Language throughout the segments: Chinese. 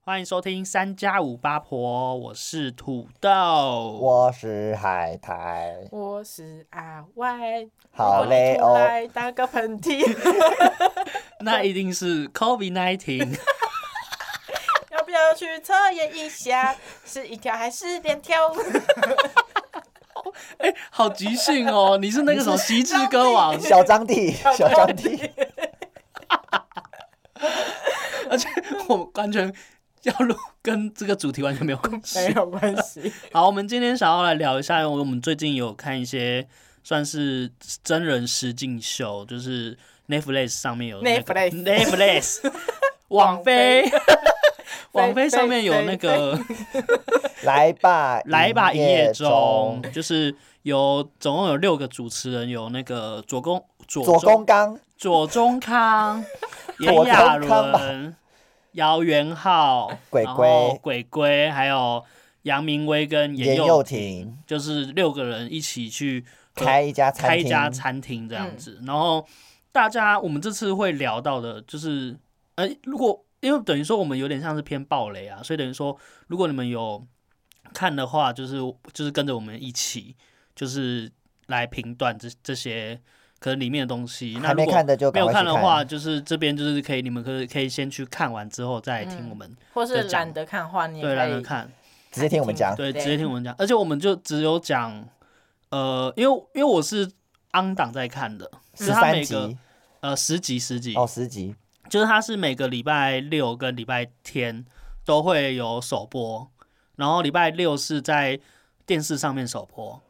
欢迎收听三加五八婆，我是土豆。我是海苔，我是阿歪，好嘞如果你出哦，来打个喷嚏， 那一定是 COVID nineteen，要不要去测验一下？是一条还是两条？哎好即兴哦！ 你是那个什么极致歌王，小 张弟，小张弟，嚏，而且我完全要录跟这个主题完全没有关系没。有关系。好，我们今天想要来聊一下，因为我们最近有看一些算是真人实境秀，就是 Netflix 上面有、那个 Netflix Netflix 网飞。网飞上面有那个来吧， 来吧营业中中，，就是有总共有六个主持人，有那个左公左左中公刚，左中 康、炎左中亚康吧纶、姚元浩、鬼然鬼后鬼鬼，还有杨明威跟严佑幼婷就是六个人一起去合开一家餐开一家厅，嗯餐厅这样子。然后大家我们这次会聊到的就是，呃，如果因为等于说我们有点像是偏暴雷啊，所以等于说如果你们有看的话，就是就是跟着我们一起，就是来评断这这些可能里面的东西。那还如没果看的就没赶有快看去的话，，就是这边就是可以，你们可以可以先去看完之后再嗯听我们、 或是懒得看的话，你也对来可来以看。直接听我们讲，对，对直接听我们讲，而且我们就只有讲，呃，因为因为我是 on 档在看的，就是十它三每个集呃十集十集，哦，十集，就是它是每个礼拜六跟礼拜天都会有首播，然后礼拜六是在电视上面首播，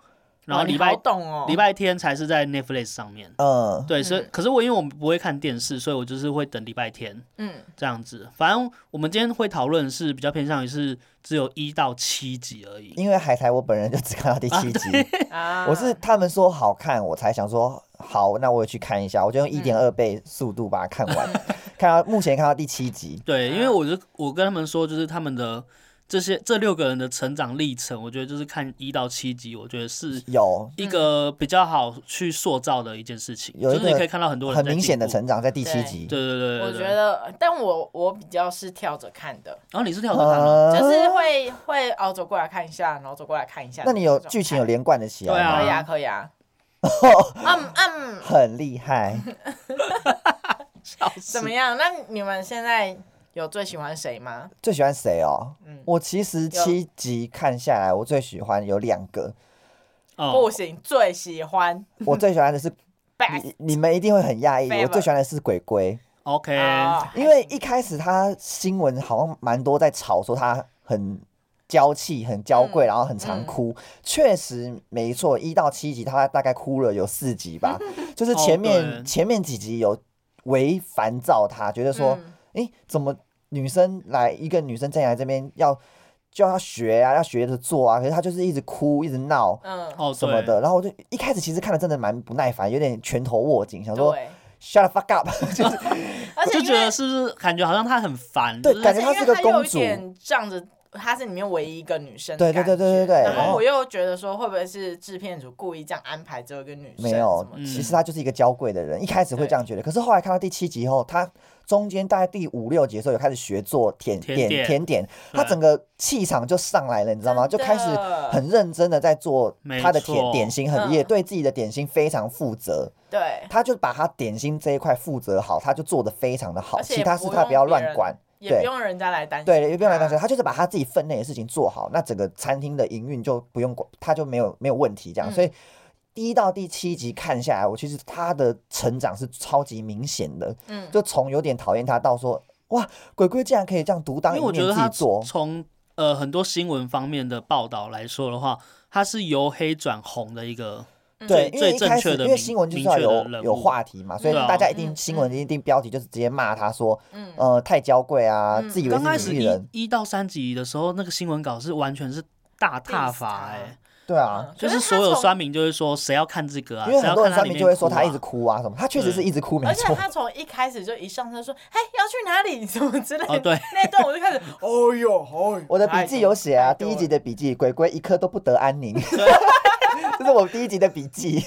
然后哇你礼拜好懂哦，礼拜天才是在 Netflix 上面。嗯，对，所以嗯可是我因为我们不会看电视，所以我就是会等礼拜天嗯这样子。反正我们今天会讨论是比较偏向于是只有一到七集而已。因为海苔我本人就只看到第七集，啊， 我是他们说好看，我才想说好，那我也去看一下，我嗯就用一点二倍速度把它看 完，看到目前看到第七集，对，因为嗯我就我跟他们说，就是他们的这些这六个人的成长历程，我觉得就是看一到七集，我觉得是有一个比较好去塑造的一件事情，嗯有一就个是你可以看到很多人很在明进显的步。成长在第七对集，对对对对我对觉得，但我我比较是跳着看的，然后哦你是跳着看的，嗯就是会会熬走过来看一下，然后走过来看一下。那你有剧情有？连贯的起来对啊吗可以啊，可以啊。嗯嗯，很厉 害，笑死怎么样？那你们现在有最喜欢谁吗？最喜欢谁哦？嗯，我其实七集看下来，我最喜欢有两 个，不哦，行，最喜欢我最喜欢 的是 best 你你们一定会很讶异， Favor 我最喜欢的是鬼鬼， ，OK，啊，嗯因为一开始他新闻好像蛮多在吵说他很娇气、很娇贵，嗯然后很常哭，确实没错，一到七集他大概哭了有四集 吧，就是哦对前面前面几集有为烦躁他，觉得说。嗯诶，怎么女生来一个女生站起来这边要就要学啊，要学着做啊，可是她就是一直哭，一直闹嗯，哦，什么对，的。然后我就一开始其实看的真的蛮不耐烦，有点拳头握紧，想说对， shut the fuck up，就是 而我且就因觉为得是不是感觉好像他很烦，对就是感觉她是个公主而且因为她有一点仗着她是里面唯一一个女生的对对感觉，对对对对。哦然然后后我又觉得说，会不会是制片组故意这样安排只有一个女生？没有什么，嗯其实她就是一个娇贵的人，一开始会这样觉得，可是后来看到第七集以后，她中间大概第五六集的时候有开始学做甜甜点点甜点，她对整个气场就上来了，你知道吗？就真的开始很认真的在做没她的错甜点心，很嗯也对自己的点心非常负责。对，他就把他点心这一块负责好，他就做的非常的好，而且其他事不他用不要别乱人管。也不用人家来担心，对，也不用嗯来干涉，，他就是把他自己分内的事情做好，那整个餐厅的营运就不用管，他就没有没有问题这样。嗯所以第一到第七集看下来，我其实他的成长是超级明显的，嗯，就从有点讨厌他到说，哇，鬼鬼竟然可以这样独当一因为我觉面得自他己做，从呃很多新闻方面的报道来说的话，他是由黑转红的一个，嗯对，最因为最一正开确始的因为明新闻就是明要确的有人有物话题嘛，所以对啊大家一定嗯新闻一定标题就是直接骂他说，嗯呃，太娇贵啊，嗯自以为刚开是始女艺一人，一到三集的时候，那个新闻稿是完全是大挞 Diss 伐他哎、对啊，嗯就可是是所他有从酸民就会说谁要看这个啊，因为谁要很多看他人酸里民面就会说他一直哭啊哭啊什么，他确实是一直哭，没而且错。他从一开始就一上车说：“嘿，要去哪里？什么之类的。哦对， 那一段我就开始，哦哎呦，哦呦 我的笔记有写啊，第一集，的太多了笔记，鬼鬼一刻都不得 安宁，这是我第一集的笔记。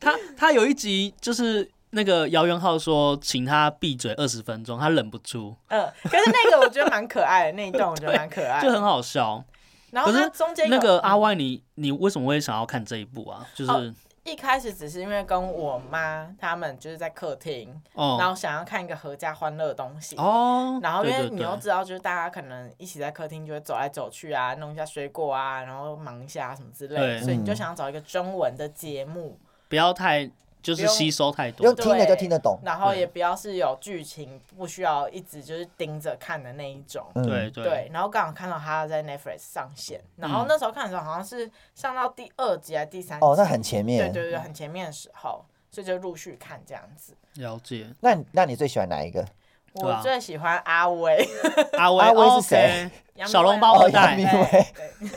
他他有一集就是那个姚元浩说，请他闭嘴二十分钟，他忍不住，嗯，可是那个我觉得蛮可爱的，那一段我觉得蛮可爱就。很好笑。然后可它是哎哦中间有嗯那个啊阿歪，你你为什么会想要看这一部啊？就是哦一开始只是因为跟我妈他们就是在客厅，然哦后想要看一个合家欢乐的东西。哦，然后因对为对你又对，知道，就是大家可能一起在客厅就会走来走去啊，弄一下水果啊，然后忙一下什么之类的，对所以你就嗯想要找一个中文的节目，不要太就不是用吸收太 用多。听的就听得懂。然后对也不要是有剧情，不需要一直就是盯着看的那一种。嗯对，对，然后刚好看到他在 Netflix 上线，然后嗯那时候看的时候好像是上到第二集还是第三集，哦，那很前对面。对对，很前面的时候，所以就陆续看这样子。了解。那你那你最喜欢哪一个？对我啊最喜欢阿威，阿威阿威是 OK 谁 杨小明笼威包二二代代哦，杨明对威对，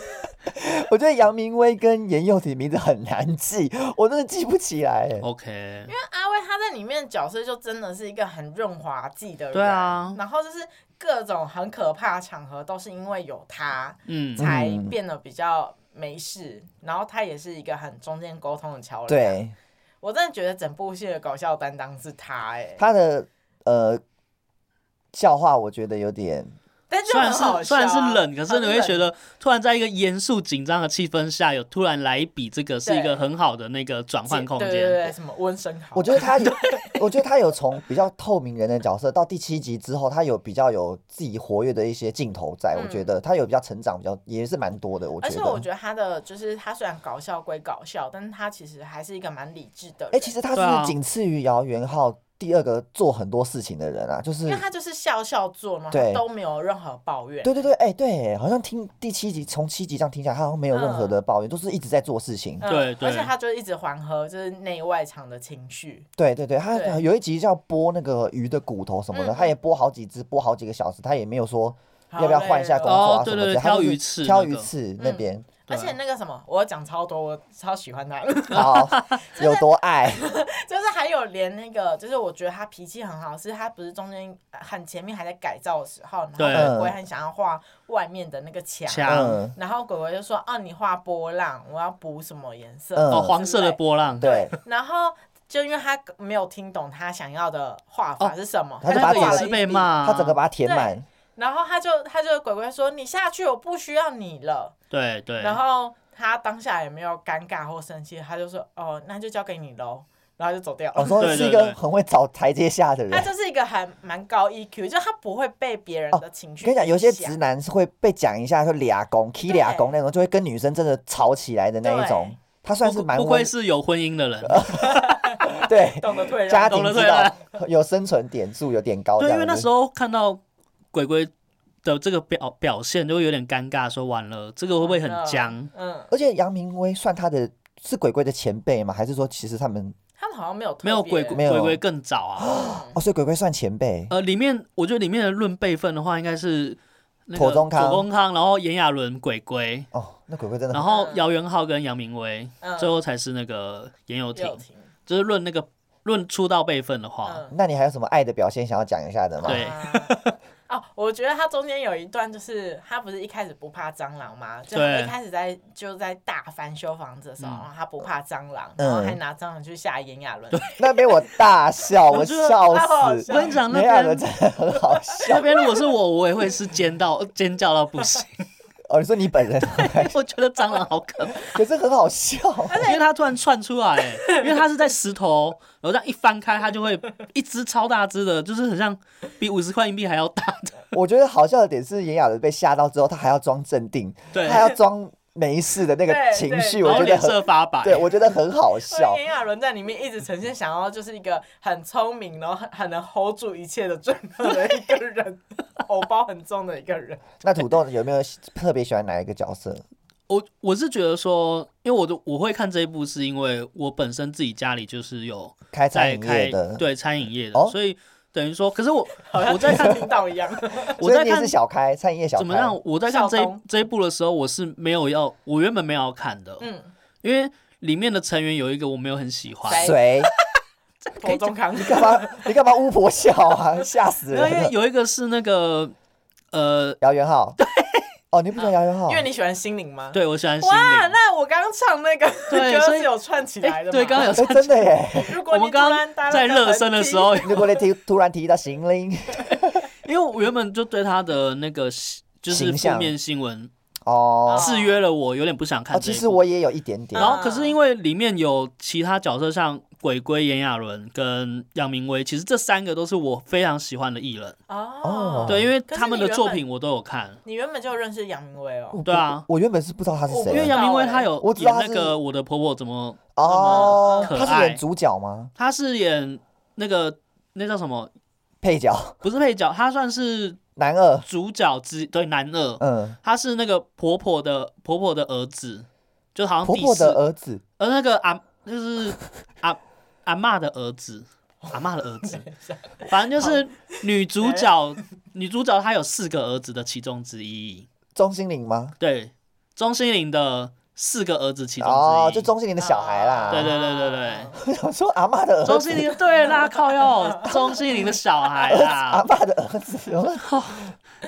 我觉得杨明威跟严幼婷名字很难记，我真的记不起来。哦哎 OK，因为阿威他在里面的角色就真的是一个很润滑剂的人，对啊然后就是各种很可怕的场合都是因为有他嗯，才嗯变得比较没事，然后他也是一个很中间沟通的桥梁。，对，我真的觉得整部戏的搞笑担当是他哎、他的呃笑话，我觉得有点但就虽很然好是虽笑啊、然是冷，可是很你会冷觉得突然在一个严肃紧张的气氛下，有突然来一笔，这个是一对个很好的那个转换空对对间。对，什么温升豪，我觉得 他有，我觉得他有从比较透明人的角色到第七集之后，他有比较有自己活跃的一些镜头在，我觉得他有比较成长，比较也是蛮多的。我觉嗯而得，且我觉得他的就是他虽然搞笑归搞笑，但是他其实还是一个蛮理智的人。哎、其实他对啊是仅次于姚元浩第二个做很多事情的人啊，就是因为他就是笑笑做嘛，对他都没有任何抱怨。对对对，哎、对，好像听第七集从七集这样听下来，他好像没有任何的抱怨，都是一直在做事情。嗯对对而且他就一直缓和就是内外场的情绪。对对对，他对有一集叫剥那个鱼的骨头什么的，嗯他也剥好几只，剥好几个小时，他也没有说要不要换一下工工作哦啊对什么对对的，他挑就是鱼刺挑那鱼个刺那嗯边。对而且那个什么，我讲超多，我超喜欢他，就 好，有多 爱？是还有连那个，就是我觉得他脾气很好，是他不是中间呃很前面还在改造的时候，对然后鬼鬼很想要画外面的那个墙，墙嗯，然后鬼鬼就说：“啊，你画波浪，我要补什么颜色？”嗯哦，黄色的波。波浪，对，然后就因为他没有听懂他想要的画法是什么，他就那个把它画也了是一被笔骂，啊，他整个把它填满。然后他就他就鬼鬼说：“你下去，我不需要你了。对”对，然后他当下也没有尴尬或生气，他就说：“哦，那就交给你喽。”然后就走掉我了。哦说对是对一个对很会找台阶下的 他人。就是一个还蛮高 EQ，就他不会被别人的情绪、哦跟你讲，有些直男是会被讲一下就俩公、踢俩公那种，就会跟女生真的吵起来的那一种对。他算是不蛮不温愧是有婚姻的人，对懂得退家让，懂庭了 知对道有生存点数有点高这对，因样为子。那时候看到鬼鬼的这个表表现，就会有点尴尬，说完了这个会不会很僵？嗯，而且杨明威算他的是鬼鬼的前辈吗？还是说其实他们他们好像没有特没有鬼别鬼没有鬼鬼更早啊。 嗯哦，所以鬼鬼算前辈？呃，里面我觉得里面的论辈分的话，应该是那个妥中康妥中康，然后炎亚纶、鬼鬼，哦，那鬼鬼真的然很后姚元浩跟杨明威，嗯最后才是那个严有有廷，听就是论那个论出道辈分的话，嗯。那你还有什么爱的表现想要讲一下的吗？对啊。 哦，我觉得他中间有一段，就是他不是一开始不怕蟑螂吗？就他对一开始在就在大翻修房子的时候，嗯然后他不怕蟑螂，嗯然后还拿蟑螂去吓炎亚纶。那边我大笑，我 我觉得笑他好死笑我。跟你讲那没有的边真的很好那笑 边如果是我，我也会是尖到 尖叫到不行，哦！你说你本人， 我觉得蟑螂好可怕。可是很好笑。因为它突然窜出来、欸，因为它是在石头，然后这样一翻开，它就会一只超大只的，就是很像比五十块硬币还要大的。我觉得好笑的点是炎亚纶被吓到之后，他还要装镇定，对他，还要装没事的那个对情对绪，对然我后觉得脸很，色发白。对我觉得很好笑。炎亚纶在里面一直呈现想要就是一个很聪明，然后很很能 hold 住一切的状况的一个人，偶包很重的一个人。那土豆有没有特别喜欢哪一个角色？我我是觉得说，因为我都我会看这一部，是因为我本身自己家里就是有开餐在饮开业的，对餐饮业的，哦所以等于说，可是我好像 我在看听到 一样，我所以在你也看是小哦开餐饮业小开。怎么样？我在看这小一东这一部的时候，我是没有要，我原本没有要看的，嗯，因为里面的成员有一个我没有很喜欢，谁谁？头中康你干嘛？你干嘛巫婆笑啊？吓死 没有因人为了！有一个是那个呃 姚元浩，哦，你不喜欢姚元浩？因为你喜欢心灵吗？对我喜欢心哇，灵。那我刚刚唱那个对歌所以是有串起来哎，的吗？对，刚刚有哎、真的耶！如果 我你们刚刚在热身的时候， 如果你提突然提到行灵，因为我原本就对他的那个新就是形象负面新闻哦制约了我，有点不想看哦，这其一部。哦实我也有一点点然嗯后可是因为里面有其他角色，像鬼鬼、炎亚纶跟杨明威，其实这三个都是我非常喜欢的艺人。哦哦，对，因为可是他们你的原作本品我都有看。你原本就认识杨明威哦，我对啊我我原本是不知道他是因为谁杨明威欸他有我知演道他那是个《我的婆婆怎么》，哦，可他是爱演主角吗？他是演那个那叫什么？配角不是配角，他算是男二，主角之对男二，嗯，他是那个婆婆的婆婆的儿子，就好像婆第婆四的儿子，呃那个阿就是阿阿嬷的儿子，阿嬷的儿 子，反正就是女主角女主角她有四个儿子的其中之一，钟欣凌吗？对，钟欣凌的四个儿子其中之一，啊哦，就钟欣凌的小孩哦啦。 对对对对对我想说阿妈的 儿钟子，欣凌对啦，靠 哟，钟欣凌的小孩啦阿，妈的儿子， 我说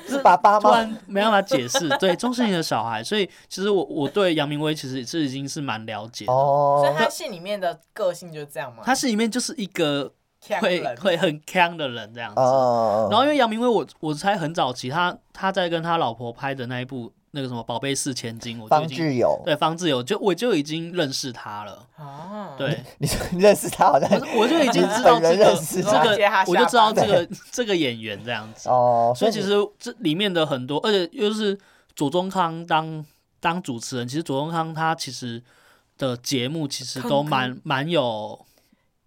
是爸爸哦突吗？然没办法解释， 对钟欣凌的小孩，所以其实我我对杨明威其实是已经是蛮了解的。哦所以，他戏里面的个性就是这样吗？他是里面就是一个强 会人会很强的人这样子。哦，然后因为杨明威我，我猜很早期他他在跟他老婆拍的那一部那个什么《宝贝四千金》，我就方已经志友，对方志友就我就已经认识他了。啊， 对，你你认识他好像我就我就已经知道这本人个认识这他个接他下，我就知道这班个这个演员这样子。哦，所以其你实这里面的很多，而且又是左宗康当当主持人，其实左宗康他其实的节目其实都蛮蛮有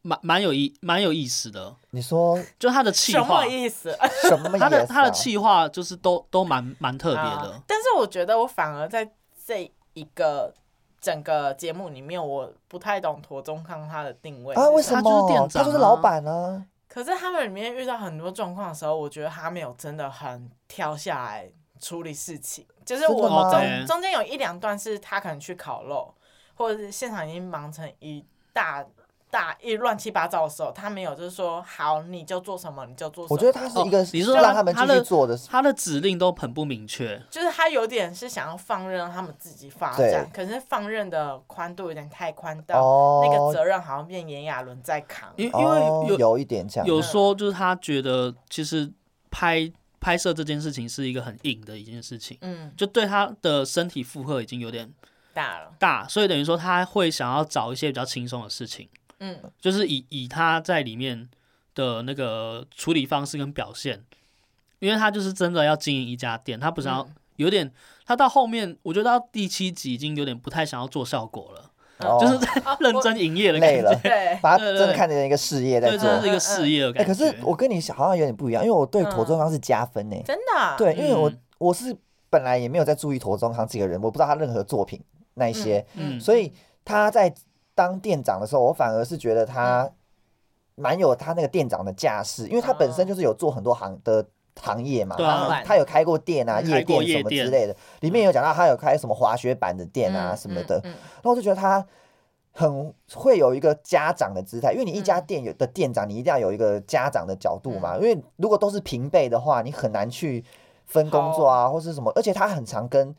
蛮蛮有意蛮有意思的，你说就他的气什话么，意思？什么意思他啊？的他的气话就是都都蛮蛮特别啊的。 但是我觉得我反而在这一个整个节目里面，我不太懂陀中康他的定位啊？为是什他就是么店？他长就是啊老板啊。可是他们里面遇到很多状况的时候，我觉得他没有真的很挑下来处理事情，就是真的我吗对中中间有一两段是他可能去烤肉，或者是现场已经忙成一大大一乱七八糟的时候，他没有就是说好你就做什么你就做什么，我觉得他是一哦个你说让他他们他继的续做的事，他的指令都很不明确，就是他有点是想要放任他们自己发展，可是放任的宽度有点太宽到、哦，那个责任好像变炎亚纶在扛。因因哦为有有一点这样，嗯有说就是他觉得其实拍拍摄这件事情是一个很硬的一件事情，嗯，就对他的身体负荷已经有点大了，大，所以等于说他会想要找一些比较轻松的事情，嗯，就是以以他在里面的那个处理方式跟表现，因为他就是真的要经营一家店，他不想嗯要、有点，他到后面我觉得到第七集已经有点不太想要做效果了，哦就是在认真营业的感累觉，了，对，把他对对真对的看成一个事业在对，做。这嗯是一个事业的哎，感觉。可是我跟你想好像有点不一样，因为我对陀中康是加分呢。真的啊、对，因为我嗯我是本来也没有在注意陀中康这个人，我不知道他任何作品那一些，嗯所以他在当店长的时候，我反而是觉得他嗯蛮有他那个店长的架势，因为他本身就是有做很多行的行业嘛，对啊当然他有开过店啊、嗯夜开过店什么夜店之类的，里面有讲到他有开什么滑雪板的店啊嗯什么的，嗯嗯然后我就觉得他很会有一个家长的姿态，因为你一家嗯店有的店长，你一定要有一个家长的角度嘛，因为如果都是平辈的话，你很难去分工作啊，或是什么，而且他很常跟。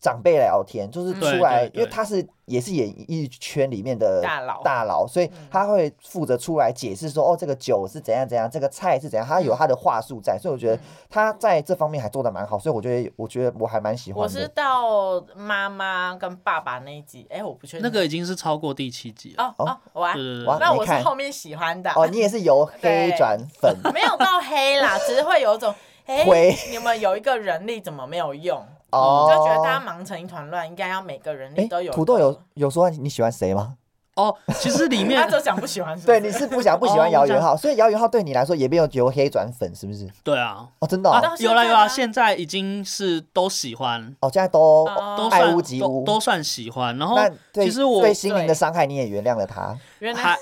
长辈聊天就是嗯出对来，对对因为他是也是演艺圈里面的大佬嗯大佬，所以他会负责出来解释说，哦，这个酒是怎样怎样，这个菜是怎样，他嗯有他的话术在，所以我觉得他在这方面还做的蛮好，所以我觉得，我觉得我还蛮喜欢的。我是到妈妈跟爸爸那一集，哎、我不确定那个已经是超过第七集了。哦哦，我啊对，对哇对，那你我是看后面喜欢的，哦，你也是由黑 对转粉没有到黑啦，只是会有一种，哎、灰你们有一个人力怎么没有用？哦，就觉得大家忙成一团乱，应该要每个人力哎都有一个。土豆有有说你喜欢谁吗？ 哦，其实里面他就讲不喜欢是不对，是，你是不想不喜欢姚哦元浩，所以姚元浩对你来说也没有由黑转粉，是不是？对啊，哦，真的啊哦，有啦有啦，到现现在已经是都喜欢，哦，现在都哦都爱算屋及都乌。都算喜欢。然后那对其实我对心灵对的伤害你也原谅了他，原 来还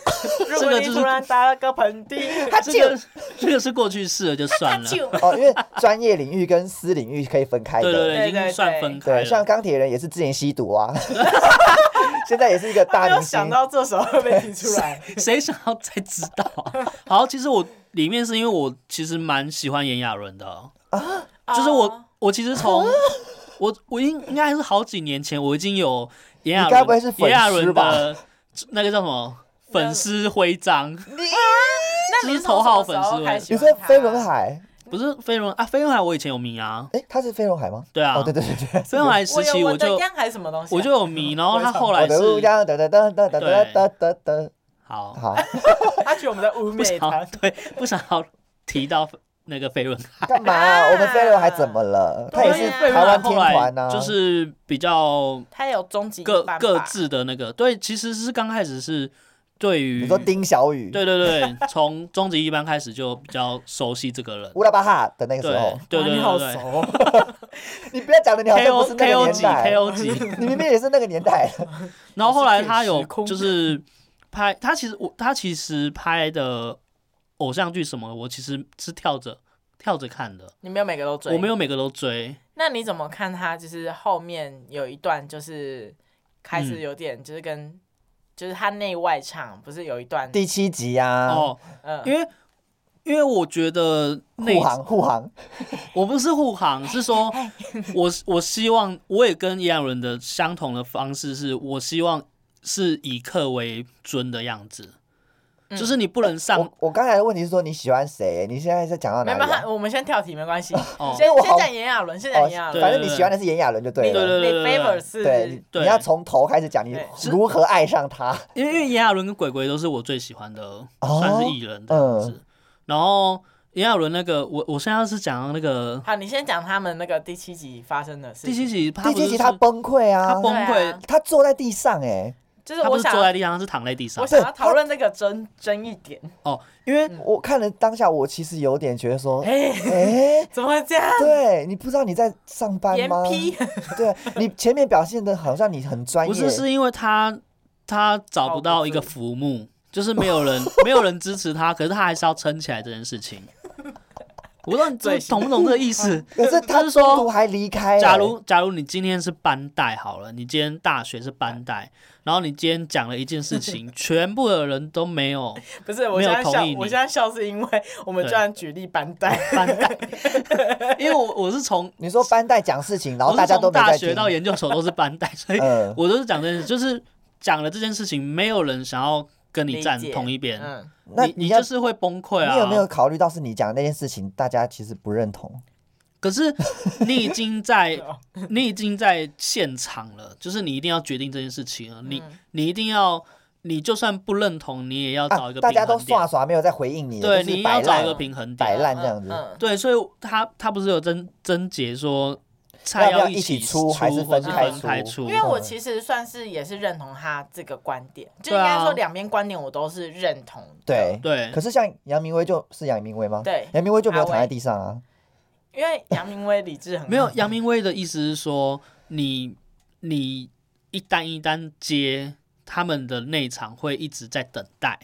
如这果个你就是突然打了个喷 嚏，他这就个这个是过去式了，就算了。就哦，因为专业领域跟私领域可以分开对对的。对，对已对经算分开对，像了。钢铁人也是之前吸 毒啊，现在也是一个 大没有明星想。到这时候会被提出来。谁想要再知道 啊？好，其实我里面哦 是因为我其实蛮喜欢炎亚纶的，就是我我其实从我我应应该是好几年前，我已经有炎亚你该不会纶是粉丝吧炎亚纶的那个叫什么粉丝徽 章，那你就是头号粉丝从什么时候开欸始喜你欢说他飞轮海？不是飞轮啊，飞轮海我以前有迷啊，哎，他是飞轮海吗？对啊哦，，对对对对，飞轮海时我期有我的就样还是什么东西啊？我就有迷，然后他后我来的乌是鸦哒哒哒哒哒哒哒哒哒，好好，他觉得我们在污不蔑想他要， 对不想要提到那个飞轮海。干嘛啊？我们飞轮海怎么了？他也是对啊台湾天后来团呐，就是比较他有终极各一班吧各自的那个，对，其实是刚开始是对于你说丁小雨、对对对， 从终极一班开始就比较熟悉这个人，乌拉巴哈的那个对时候，对哇对你好对对熟哦，你不要讲的你好，K 像 O 不是那 K 个 O 年几代 K，O 几，你明明也是 那个年代的。然后后来他 有时空就是拍他其实我他其实拍的偶像剧什么，我其实是跳着跳着看的，你没有每个都追，我没有每个都追，那你怎么看他？就是后面有一段，就是开嗯始有点，就是跟、就是他内外场不是有一段，第七集啊，哦，嗯、因为因为我觉得那护航哎护航，我不是护航，是说我我希望我也跟炎亚纶的相同的方式是，我希望是以客为尊的样子，嗯就是你不能上我我刚才的问题是说你喜欢谁？你现在在讲到哪没有没里有啊？他，我们先跳题没关系，哦先因为我先好讲炎亚纶，先讲哦炎亚，啊对纶，反正你喜欢的是炎亚纶就对你对了。对你 favor 对，是你对你要从头开始讲你对如何爱上他。因为因为炎亚纶跟鬼鬼都是我最喜欢的，哦算是艺人这样子。然后炎亚纶那个，我我现在是讲到那个好，你先讲他们那个第七集发生的事第情。七集，他第不是七集他崩溃他啊，崩对溃，啊他坐在地上哎，就是他不我是想坐在地上，他是躺在地上我。想对要讨论这个争争议点，哦，因为我看了当下，我其实有点觉得说，哎、哎， 怎么会这样？ 对你不知道你在上班严吗？ 批， 对啊你前面表现的好像你很专业，不是，是因为他他找不到一个浮木，就是没有 人没有人支持他，可是他还是要撑起来这件事情。我不知道你这最新懂不懂这个意 思？可是他就是说中途还离开。欸假如假如你今天是班带好了，你今天大学是班带，然后你今天讲了一件事 情，全部的人都没有不是我没有现在同笑意，你我现在笑是因为我们居然举例班带，班 带，因为我我是从你说班代讲事情，然我后是大家都从没在大听。学到研究所都是班 带，所以嗯，我都是讲这件事，就是讲了这件事情，没有人想要跟你理站解同一边，嗯，那你你要就是会崩溃啊！你有没有考虑到是你讲的那件事情，大家其实不认同？可 是你已经 在哦你已经在现场了，就是你一定要决定这件事情了。你嗯你一定要，你就算不认同，你也要找一个啊大平家都衡点。刷刷没有在回应你，对，就是你摆要找烂一个平衡摆点。烂这样子。嗯对，所以他他不是有争争结说，菜要不要一一起出出还是或分是开分开出出因？为我嗯其实算是也是认同他这个观点，就对应啊该说两边观点我都是认同的。对对可是像杨明威就是杨明威吗？对杨明威就没有阿躺在威地上啊。因为杨明威理智很好没有，杨明威的意思是说，你你一单一单接，他们的内场会一直在等待。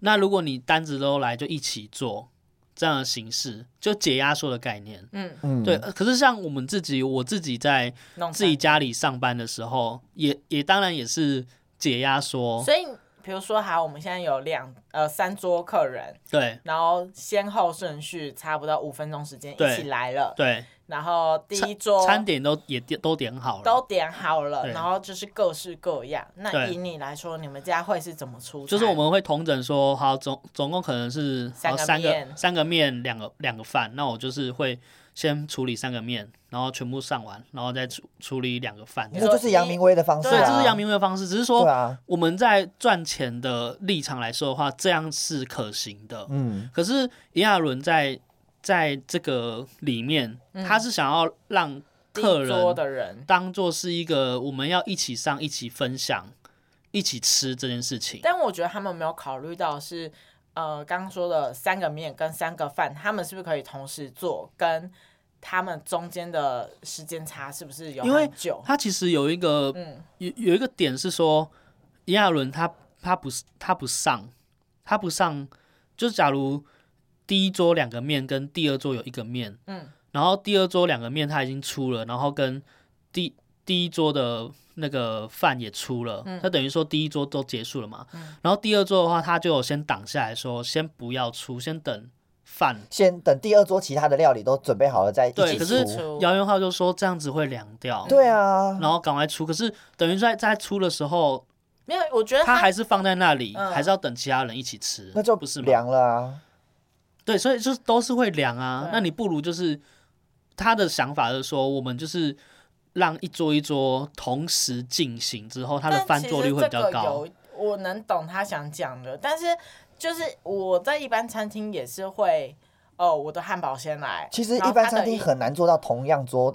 那如果你单子都来，就一起做这样的形式，就解压缩的概念。嗯，嗯，对，，呃可是像我们自己，我自己在弄自己家里上班的时候，也也当然也是解压缩散。，所以比如说，好，我们现在有两呃三桌客人，对然后先后顺序差不多五分钟时间对一起来了，对，然后第一桌餐点都也点都点好都了，点好了，对然后就是各式各样。那对以你来说，你们家会是怎么出餐？就是我们会同整说，好总总共可能是三好个三个面三个面，两个两个饭。那我就是会先处理三个面，然后全部上完，然后再处处理两个饭。你那对，说就是杨明威的方式对这啊。是杨明威的方式，只是对说啊，我们在赚钱的立场来说的话，这样是可行的。嗯，可是炎亚纶在在这个里面，嗯他是想要让第客一桌人的人，当做是一个我们要一起上、一起分享、一起吃这件事情。但我觉得他们没有考虑到是，呃，刚刚说的三个面跟三个饭，他们是不是可以同时做？跟他们中间的时间差是不是有因为很哦久？他其实有一个嗯，有有一个点是说，炎亚纶他他不是他不上，他不上，就是假如第一桌两个面跟第二桌有一个面，嗯，然后第二桌两个面他已经出了，然后跟第第一桌的那个饭也出了，嗯那、等于说第一桌都结束了嘛，然后第二桌的话他就有先挡下来说，先不要出，先等饭。先等第二桌其他的料理都准备好了再一对起可是出。出姚元浩就说这样子会凉掉，对啊，然后赶快出。可是等于在在出的时候，没有，我觉得他他还是放在那里，嗯还是要等其他人一起吃，那就不是吗？凉了啊。对，所以就是都是会凉啊对。那你不如就是他的想法是说，我们就是让一桌一桌同时进行之后，他的但翻其桌实率会这比较个高。有我能懂他想讲的，但是就是我在一般餐厅也是会，哦，我的汉堡先来。其实然后一般他的餐厅一很难做到同样桌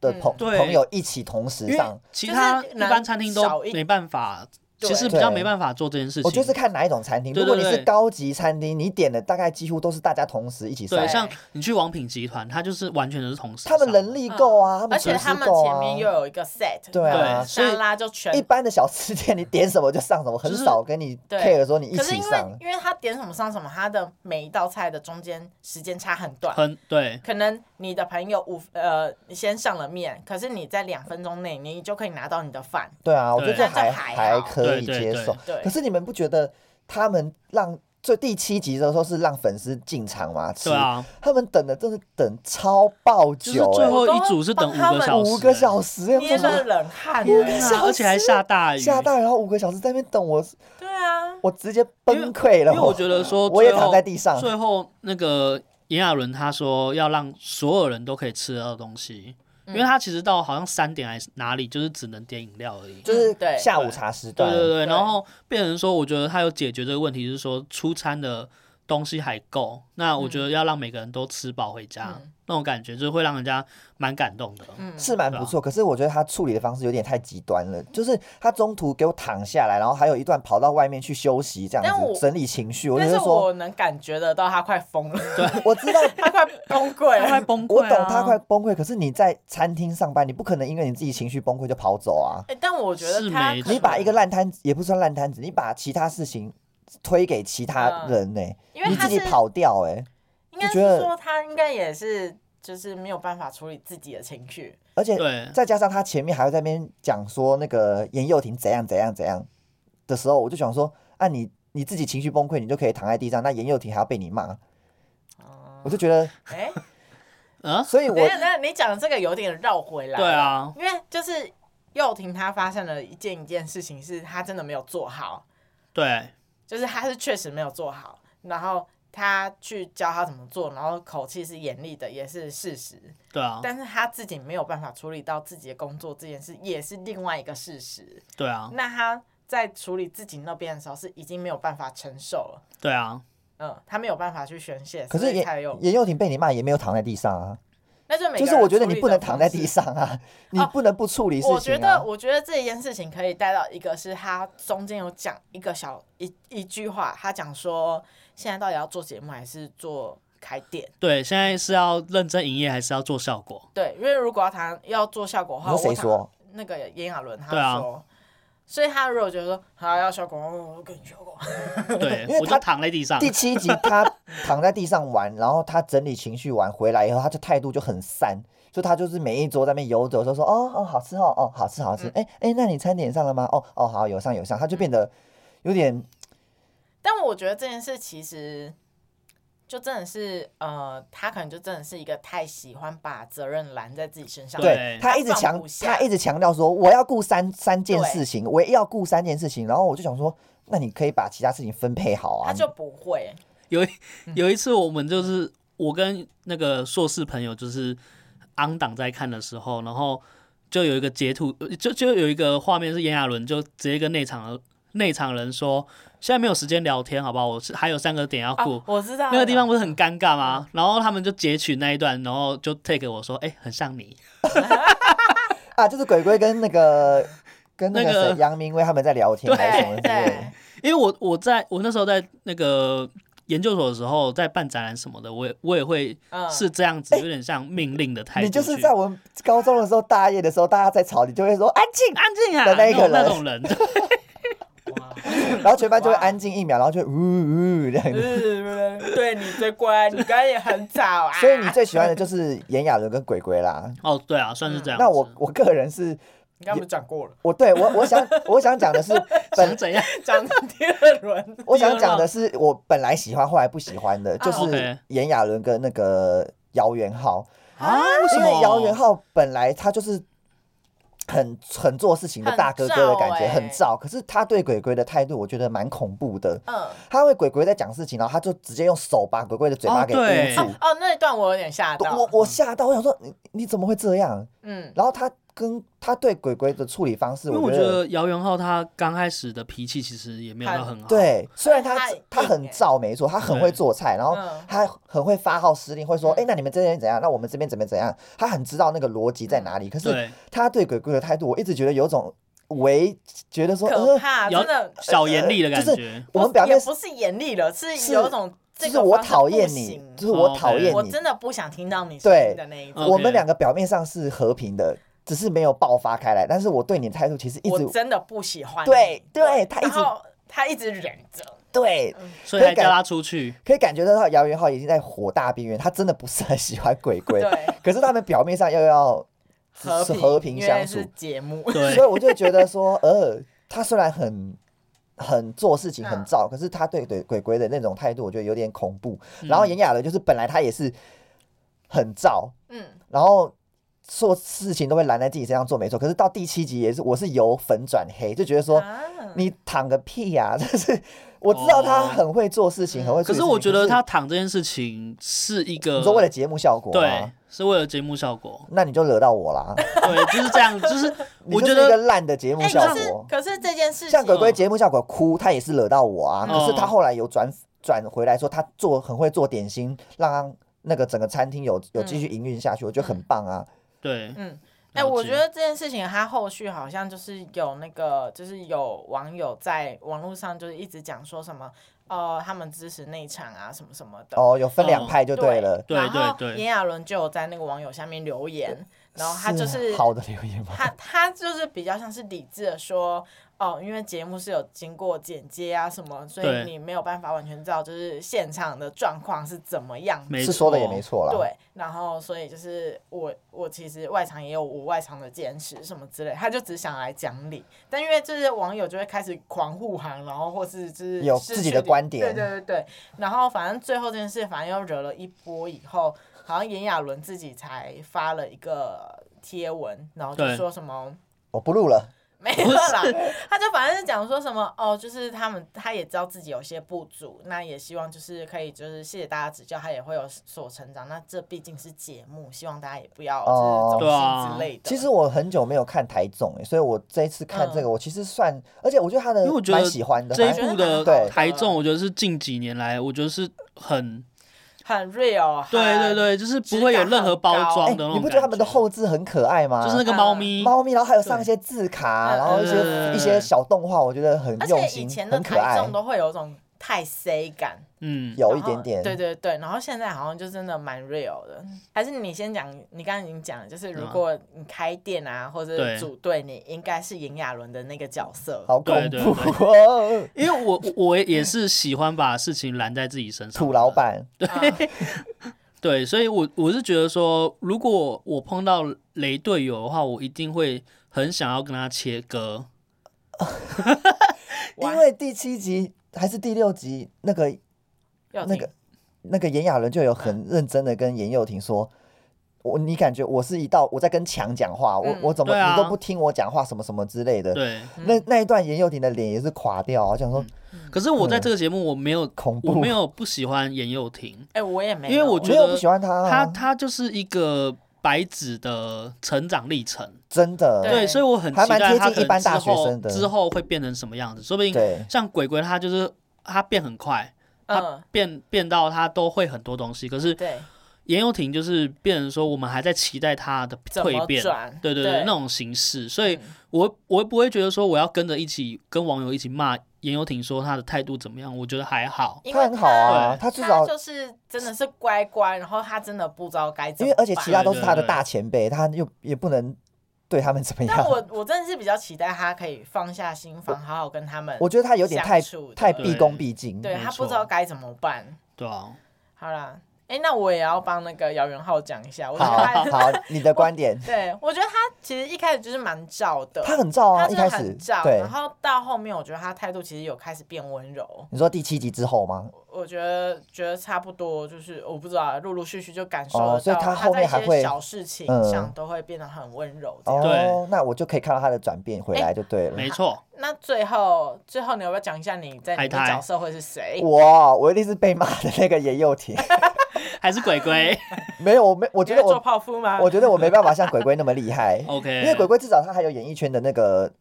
的嗯朋对朋友一起同时因为上。其就是他一能般餐厅都少一没办法，对其实比较对没办法做这件事情。我觉得是看哪一种餐厅。对如果你对是对高级餐厅，你点的大概几乎都是大家同时一起上对，少，像你去王品集团，它就是完全都是同时他上的。们人力够啊，嗯而且厨师他们够前啊。面又有一个 set，对啊对所以沙拉就全一般的小吃店，你点什么就上什么，很就是少跟你对 care 说你一可是起因上为。因为他点什么上什么，他的每一道菜的中间时间差很短，很对，可能你的朋友五呃你先上了面，可是你在两分钟内你就可以拿到你的饭，对啊，我觉得对这那还这还还好可以对对接对受。对可是你们不觉得他们让最第七集的时候是让粉丝进场吗？吃对，啊，他们等的真是等超爆就是久，最欸后我都一组是等帮五个他们小时欸，五个小时，欸捏我了说冷汗五了个天小啊，而且还下大雨，下大雨，然后五个小时在那边等我，对啊，我直接崩溃因了。为我觉得说，哦我也最后躺在地上，最后那个炎亚纶他说要让所有人都可以吃得到东西，嗯因为他其实到好像三点还是哪里，就是只能点饮料而已。就是嗯对下午茶时对段，对对，对然后变成说，我觉得他有解决这个问题，就是说出餐的东西还够，那我觉得要让每个人都吃饱回家，嗯那种感觉就是会让人家蛮感动的。嗯，是蛮对啊不错。可是我觉得他处理的方式有点太极端了，就是他中途给我躺下来，然后还有一段跑到外面去休息，这但样我子整理情绪。我就但是是说，我能感觉得到他快疯了，我知道。 他快崩溃 他快了。崩溃、哎我啊，懂他快崩溃，可是你在餐厅上班，你不可能因为你自己情绪崩溃就跑走啊！哎，但我觉得是他没可错你把一个烂摊子，也不算烂摊子，你把其他事情推给其他人呢、嗯因为你他自是己跑掉哎、应该我是觉得说他应该也是就是没有办法处理自己的情绪，而且对，再加上他前面还在那边讲说那个严幼婷怎样怎样怎样的时候，我就想说，啊你你自己情绪崩溃，你就可以躺在地上，那严幼婷还要被你骂，我就觉得，哎，啊，所以等一 我下等一下，你讲的这个有点绕回来。对，啊，因为就是幼婷她发生了一件一件事情，是她真的没有做好，对，就是她是确实没有做好，然后她去教她怎么做，然后口气是严厉的，也是事实，对哦啊，但是她自己没有办法处理到自己的工作这件事，也是另外一个事实。对啊，哦那她在处理自己那边的时候，是已经没有办法承受了。对啊，嗯，她没有办法去宣泄，可所是以严才有，Oh 严幼婷被你骂也没有躺在地上啊，那就每就个是我人觉得处你理不能的躺方在式地上啊，你不能不处理事情、啊哦我觉得，我觉得这件事情可以带到一个是他中间有讲一个小一一句话，他讲说现在到底要做节目还是做开店？对，啊现在是要认真营业，还是要做效果？对，因为如果要谈要做效果的话，你说谁我想说？那个炎亚纶他对啊说，所以他如果觉得说好要效果，我跟你效果， 对因为，我他就躺在地上。第七集他躺在地上玩，然后他整理情绪完回来以后，他就态度就很散，所以他就是每一桌在那边游走，就说哦哦好吃哦哦好吃好嗯吃，哎哎、那你餐点上了吗？哦哦好有上有上，他就变得有点但我觉得这件事其实就真的是呃，他可能就真的是一个太喜欢把责任揽在自己身上，对他一直他放强不，下他一直强调说我要顾三三件对事情，我也要顾三件事情，然后我就想说，那你可以把其他事情分配好啊，他就不会，有一有一次，我们就是我跟那个硕士朋友，就是昂档在看的时候，然后就有一个截图，就就有一个画面是炎亚纶就直接跟内场的内场人说，现在没有时间聊天，好不好？我是还有三个点要顾。啊，我知道那个地方了不是很尴尬吗？然后他们就截取那一段，然后就 take 我说，哎、很像你。啊，就是鬼鬼跟那 个。跟那个那个谁杨明威他们在聊天还是什么对之类的对，因为我我在我那时候在那个研究所的时候，在办展览什么的，我也我也会嗯，是这样子，有点像命令的态度你去。就是在我们高中的时候、大夜的时候，大家在吵，你就会说安静，安静啊的那一个人那种人， 哇然后全班就会哇安静一秒，然后就呜呜这样子。嗯 对你最乖，你刚刚也很早啊。所以你最喜欢的就是炎亚纶跟鬼鬼啦。嗯哦，对啊，算是这样子。那我我个人是你刚不是讲 过了，我对我我想我想讲的 是想 本，怎样？讲第二轮 我想讲的是我本来喜欢后来不喜欢的，就啊是，OK 炎亚纶跟那个姚元浩， 啊？为什因为么？姚元浩本来他就是很很做事情的大哥哥的感觉，很很躁燥。可是他对鬼鬼的态度，我觉得蛮恐怖的。第二轮，嗯。他为鬼鬼在讲事情，然后他就直接用手把鬼鬼的嘴巴哦给对捂住。哦，那一段我有点吓到。我我吓到，我想说你你怎么会这样？嗯，然后他跟他对鬼鬼的处理方式，因为我觉觉得姚元浩他刚开始的脾气其实也没有到很好，，对，虽然他啊他很硬他很欸燥，没错，他很会对做菜，然后嗯他很会发号施令，会说，嗯哎、那你们这边怎样？那我们这边怎么怎样？他很知道那个逻辑在嗯哪里。可是对他对鬼鬼的态度，我一直觉得有种为觉得说，可呃，怕，姚真的小严厉的感就是觉，我不们是表面也不是严厉了，是是有一种就这是个我方式讨厌不你行，哦就是我讨厌我你。真的不想听到你声对音的那一种，我们 OK 两个表面上是和平的，只是没有爆发开来，但是我对你的态度其实一我直真的不喜欢你。对对他一然直后他一直忍着，对。所以可以还叫感他出去。可以感觉得到姚元浩已经在火大边缘，他真的不是很喜欢鬼鬼， 对，可是他们表面上又要是和是平和平因为相是处，节目，对所以我就觉得说， 呃，他虽然很很做事情很嗯嗯燥，可是他对对鬼鬼的那种态度，我觉得有点恐怖。然嗯后炎亚纶就是本来他也是很燥，嗯，然后做事情都会揽在自己身上做，没错。可是到第七集也是，我是由粉转黑，就觉得说。啊你躺个屁呀、 就是我知道他哦很会做事情，嗯很会处可理事情。是我觉得他躺这件事情是一可是，个，你说为了节目效果吗，，对，是为了节目效果那你就惹到 我啦。对，就是这 样，就是你我就是觉一个得嗯烂的节目哎，效可是果。可是这件事像鬼情，鬼节目效果哭，他也是惹到我啊。嗯可是他后来有转转回来说，他做很会做点心，让那个整个餐厅有有继续营运下去，我觉得很棒啊。对，嗯。了哎、我解觉得这件事情，它后续好像就是有那个，就是有网友在网络上就是一直讲说什么，呃，他们支持内场啊，什么什么的。哦，有嗯分两派就对了，对然后对对炎亚纶就有在那个网友下面留言，然后他就是啊好的留言吗？他他就是比较像是理智的说，哦，因为节目是有经过剪接啊什么，所对以你没有办法完全知道就是现场的状况是怎么样的。没是说的也没错，错啦。，对，然后所以就是我我其实外场也有我外场的坚持什么之类，他就只想来讲理，但因为就是网友就会开始狂护航，然后或是就是有失自己去的理观点对对对对，然后反正最后这件事反正又惹了一波以后，好像炎亚纶自己才发了一个贴文，然后就对说什么。我不录了。没有啦，他就反正是讲说什么哦，就是他们他也知道自己有些不足，那也希望就是可以就是谢谢大家指教，他也会有所成长。那这毕竟是节目，希望大家也不要哦啊就是走心之类的。其实我很久没有看台综欸所以我这一次看嗯这个，我其实算，而且我觉得他的因为我觉得蛮喜欢的，这蛮一部我觉得的对台中，我觉得是近几年来，我觉得是很，很 real，对对对，就是不会有任何包哎、装的那你种不感觉得觉，他们的后置很可爱吗？就是那个啊猫咪，猫咪，然后还有上一些字卡，对然后一些、嗯一些小动画，我觉得很而用且以心前，的很可爱台，众都会有一种太 C 感，嗯，有一然后点点。对对对，然后现在好像就真的蛮 real 的。还是你先讲，你刚刚已经讲了，就是如嗯果你开店啊，或者对是组队，你应该是炎亚纶的那个角色。好恐对对怖哦！因为我我我也是喜欢把事情揽在自己身上， 土老，板，嗯对，所以我我是觉得说，如果我碰到雷队友的话，我一定会很想要跟他切割，哇因为第七集还是第六集，那个要那个那个炎亚纶就有嗯很认真的跟严幼婷说。我你感觉我是一道我在跟墙讲话，我嗯我怎么、对啊你都不听我讲话什么什么之类的，对。那那一段严幼婷的脸也是垮掉啊，我想说、可是嗯我在这个节目我没有恐怖我没有不喜欢严幼婷，哎、我也没有，因为我觉没得有不喜欢他、啊，她她就是一个白纸的成长历程，真的对对，所以我很还期蛮待她贴近一可能般之大学后生的之后会变成什么样子，说不定对像鬼鬼她就是她变很快，嗯，变变到她都会很多东西，可是对，严幼婷就是变成说我们还在期待她的怎蜕么变，转？对对对，那种形式，所嗯以我我不会觉得说我要跟着一起跟网友一起骂严幼婷说她的态度怎么样，我觉得还好。因他为很好啊，对他他至少就是真的是乖乖，然后他真的不知道该怎因么为而办。且其他都是他的对对对大前辈，他又也不能对他们怎么但样。我 我真的是比较期待他可以放下心房，好好跟他们 我觉得他有点太相处的太毕恭毕敬。对没他错不知道该怎么办。对啊，好啦，哎、那我也要帮那个姚元浩讲一下，我觉好得他好，你的观点， 对我觉得他其实一开始就是蛮照的，他很燥啊，他一真开的始很照，对然，后到后面我觉得他态度其实有开始变温柔，你说第七集之后吗？我觉得觉得差不多，就是我不知道，陆陆续续就感受哦得所以到，他他后面还在一会些小事情嗯上都会变得很温柔这样。哦对，哎那我就可以看到他的转变回来就对了。没错，那最后最后你要不要讲一下你在海你的苔角色会是谁？哇，我一定是被骂的那个严幼 婷，还是鬼 鬼。没有，我没，我你觉得会做我，泡芙吗？我觉得我没办法像鬼鬼那么厉害， OK，因为鬼鬼至少他还有演艺圈的那个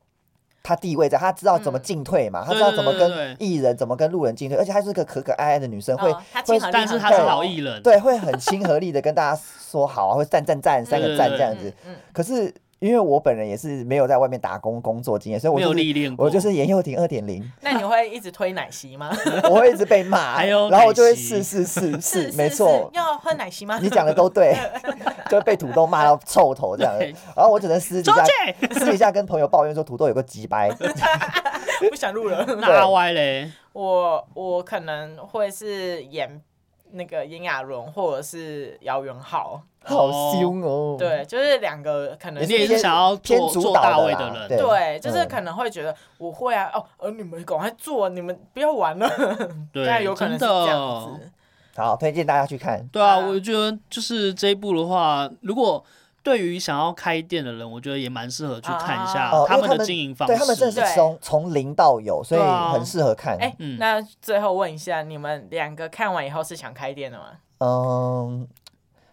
他地位在，他知道怎么进退嘛，他知道怎么嗯对对对跟艺人、怎么跟路人进退，而且她是个可可爱爱的女生，会哦她会亲和力但是他是老艺人，对会很亲和力的跟大家说好 啊，会赞赞赞三个赞这样子。嗯，嗯可是因为我本人也是没有在外面打工工作经验，所以我没有就是历练过，我就是严幼婷二点零，那你会一直推奶 昔吗？我会一直被骂，还有然后我就会奶昔是 是是是，是没错，要喝奶昔吗？你讲的都对，就被土豆骂到臭头这样对，然后我只能私底周下杰私底下跟朋友抱怨说土豆有个 鸡掰， 不想录了。那阿 Y 嘞，我我可能会是演那个炎亚纶或者是姚元浩，好凶哦。，对，就是两个可能你也偏是想要偏做主做导大的位啦人，对对，就是嗯可能会觉得我会啊，哦，呃，你们赶快做，你们不要玩了， 对但有可能是真的这哦样子。好，推荐大家去看。对啊，啊我觉得就是这一部的话，如果对于想要开店的人，我觉得也蛮适合去看一下啊哦，因为们他的们经营方式。对他们真的是从从零到有，所以对啊很适合看。哎、嗯那最后问一下，你们两个看完以后是想开店的吗？嗯，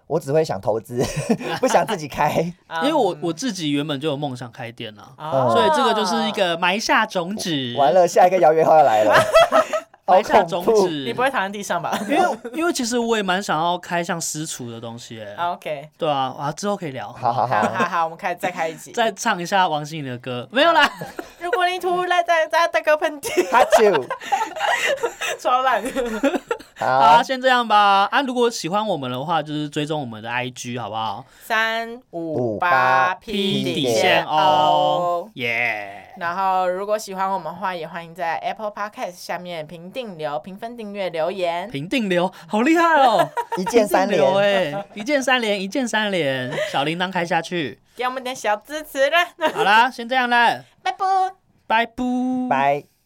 我只会想 投资，不想自己开。因为我嗯我自己原本就有梦想开店啊，啊所以这个就是一个埋下种子，哦完了，下一个邀约号要 来了，好埋下恐种怖！子。你不会躺在地 上吧因为因为其实我也蛮想要开像私厨的东西、欸，啊？OK，对啊，啊之后可以 聊，好好好好，好好，我们开再开一 集。再唱一下王心凌的歌，没有啦，如果你突然在在打个喷嚏，哈啾，超烂。好啊，好，先这样吧。啊，如果喜欢我们的话，就是追踪我们的 IG 好不好三五五八八？P P 底底线线哦，，耶、然后，如果喜欢我们的话，也欢迎在 Apple Podcast 下面评定留、评分、订阅、留言。平定流，好厉害哦！一键三平定流连，哎、一键三连，一键三连，小铃铛开下去。给我们点小支持啦！ 好啦，先这样啦，拜拜。拜拜。拜。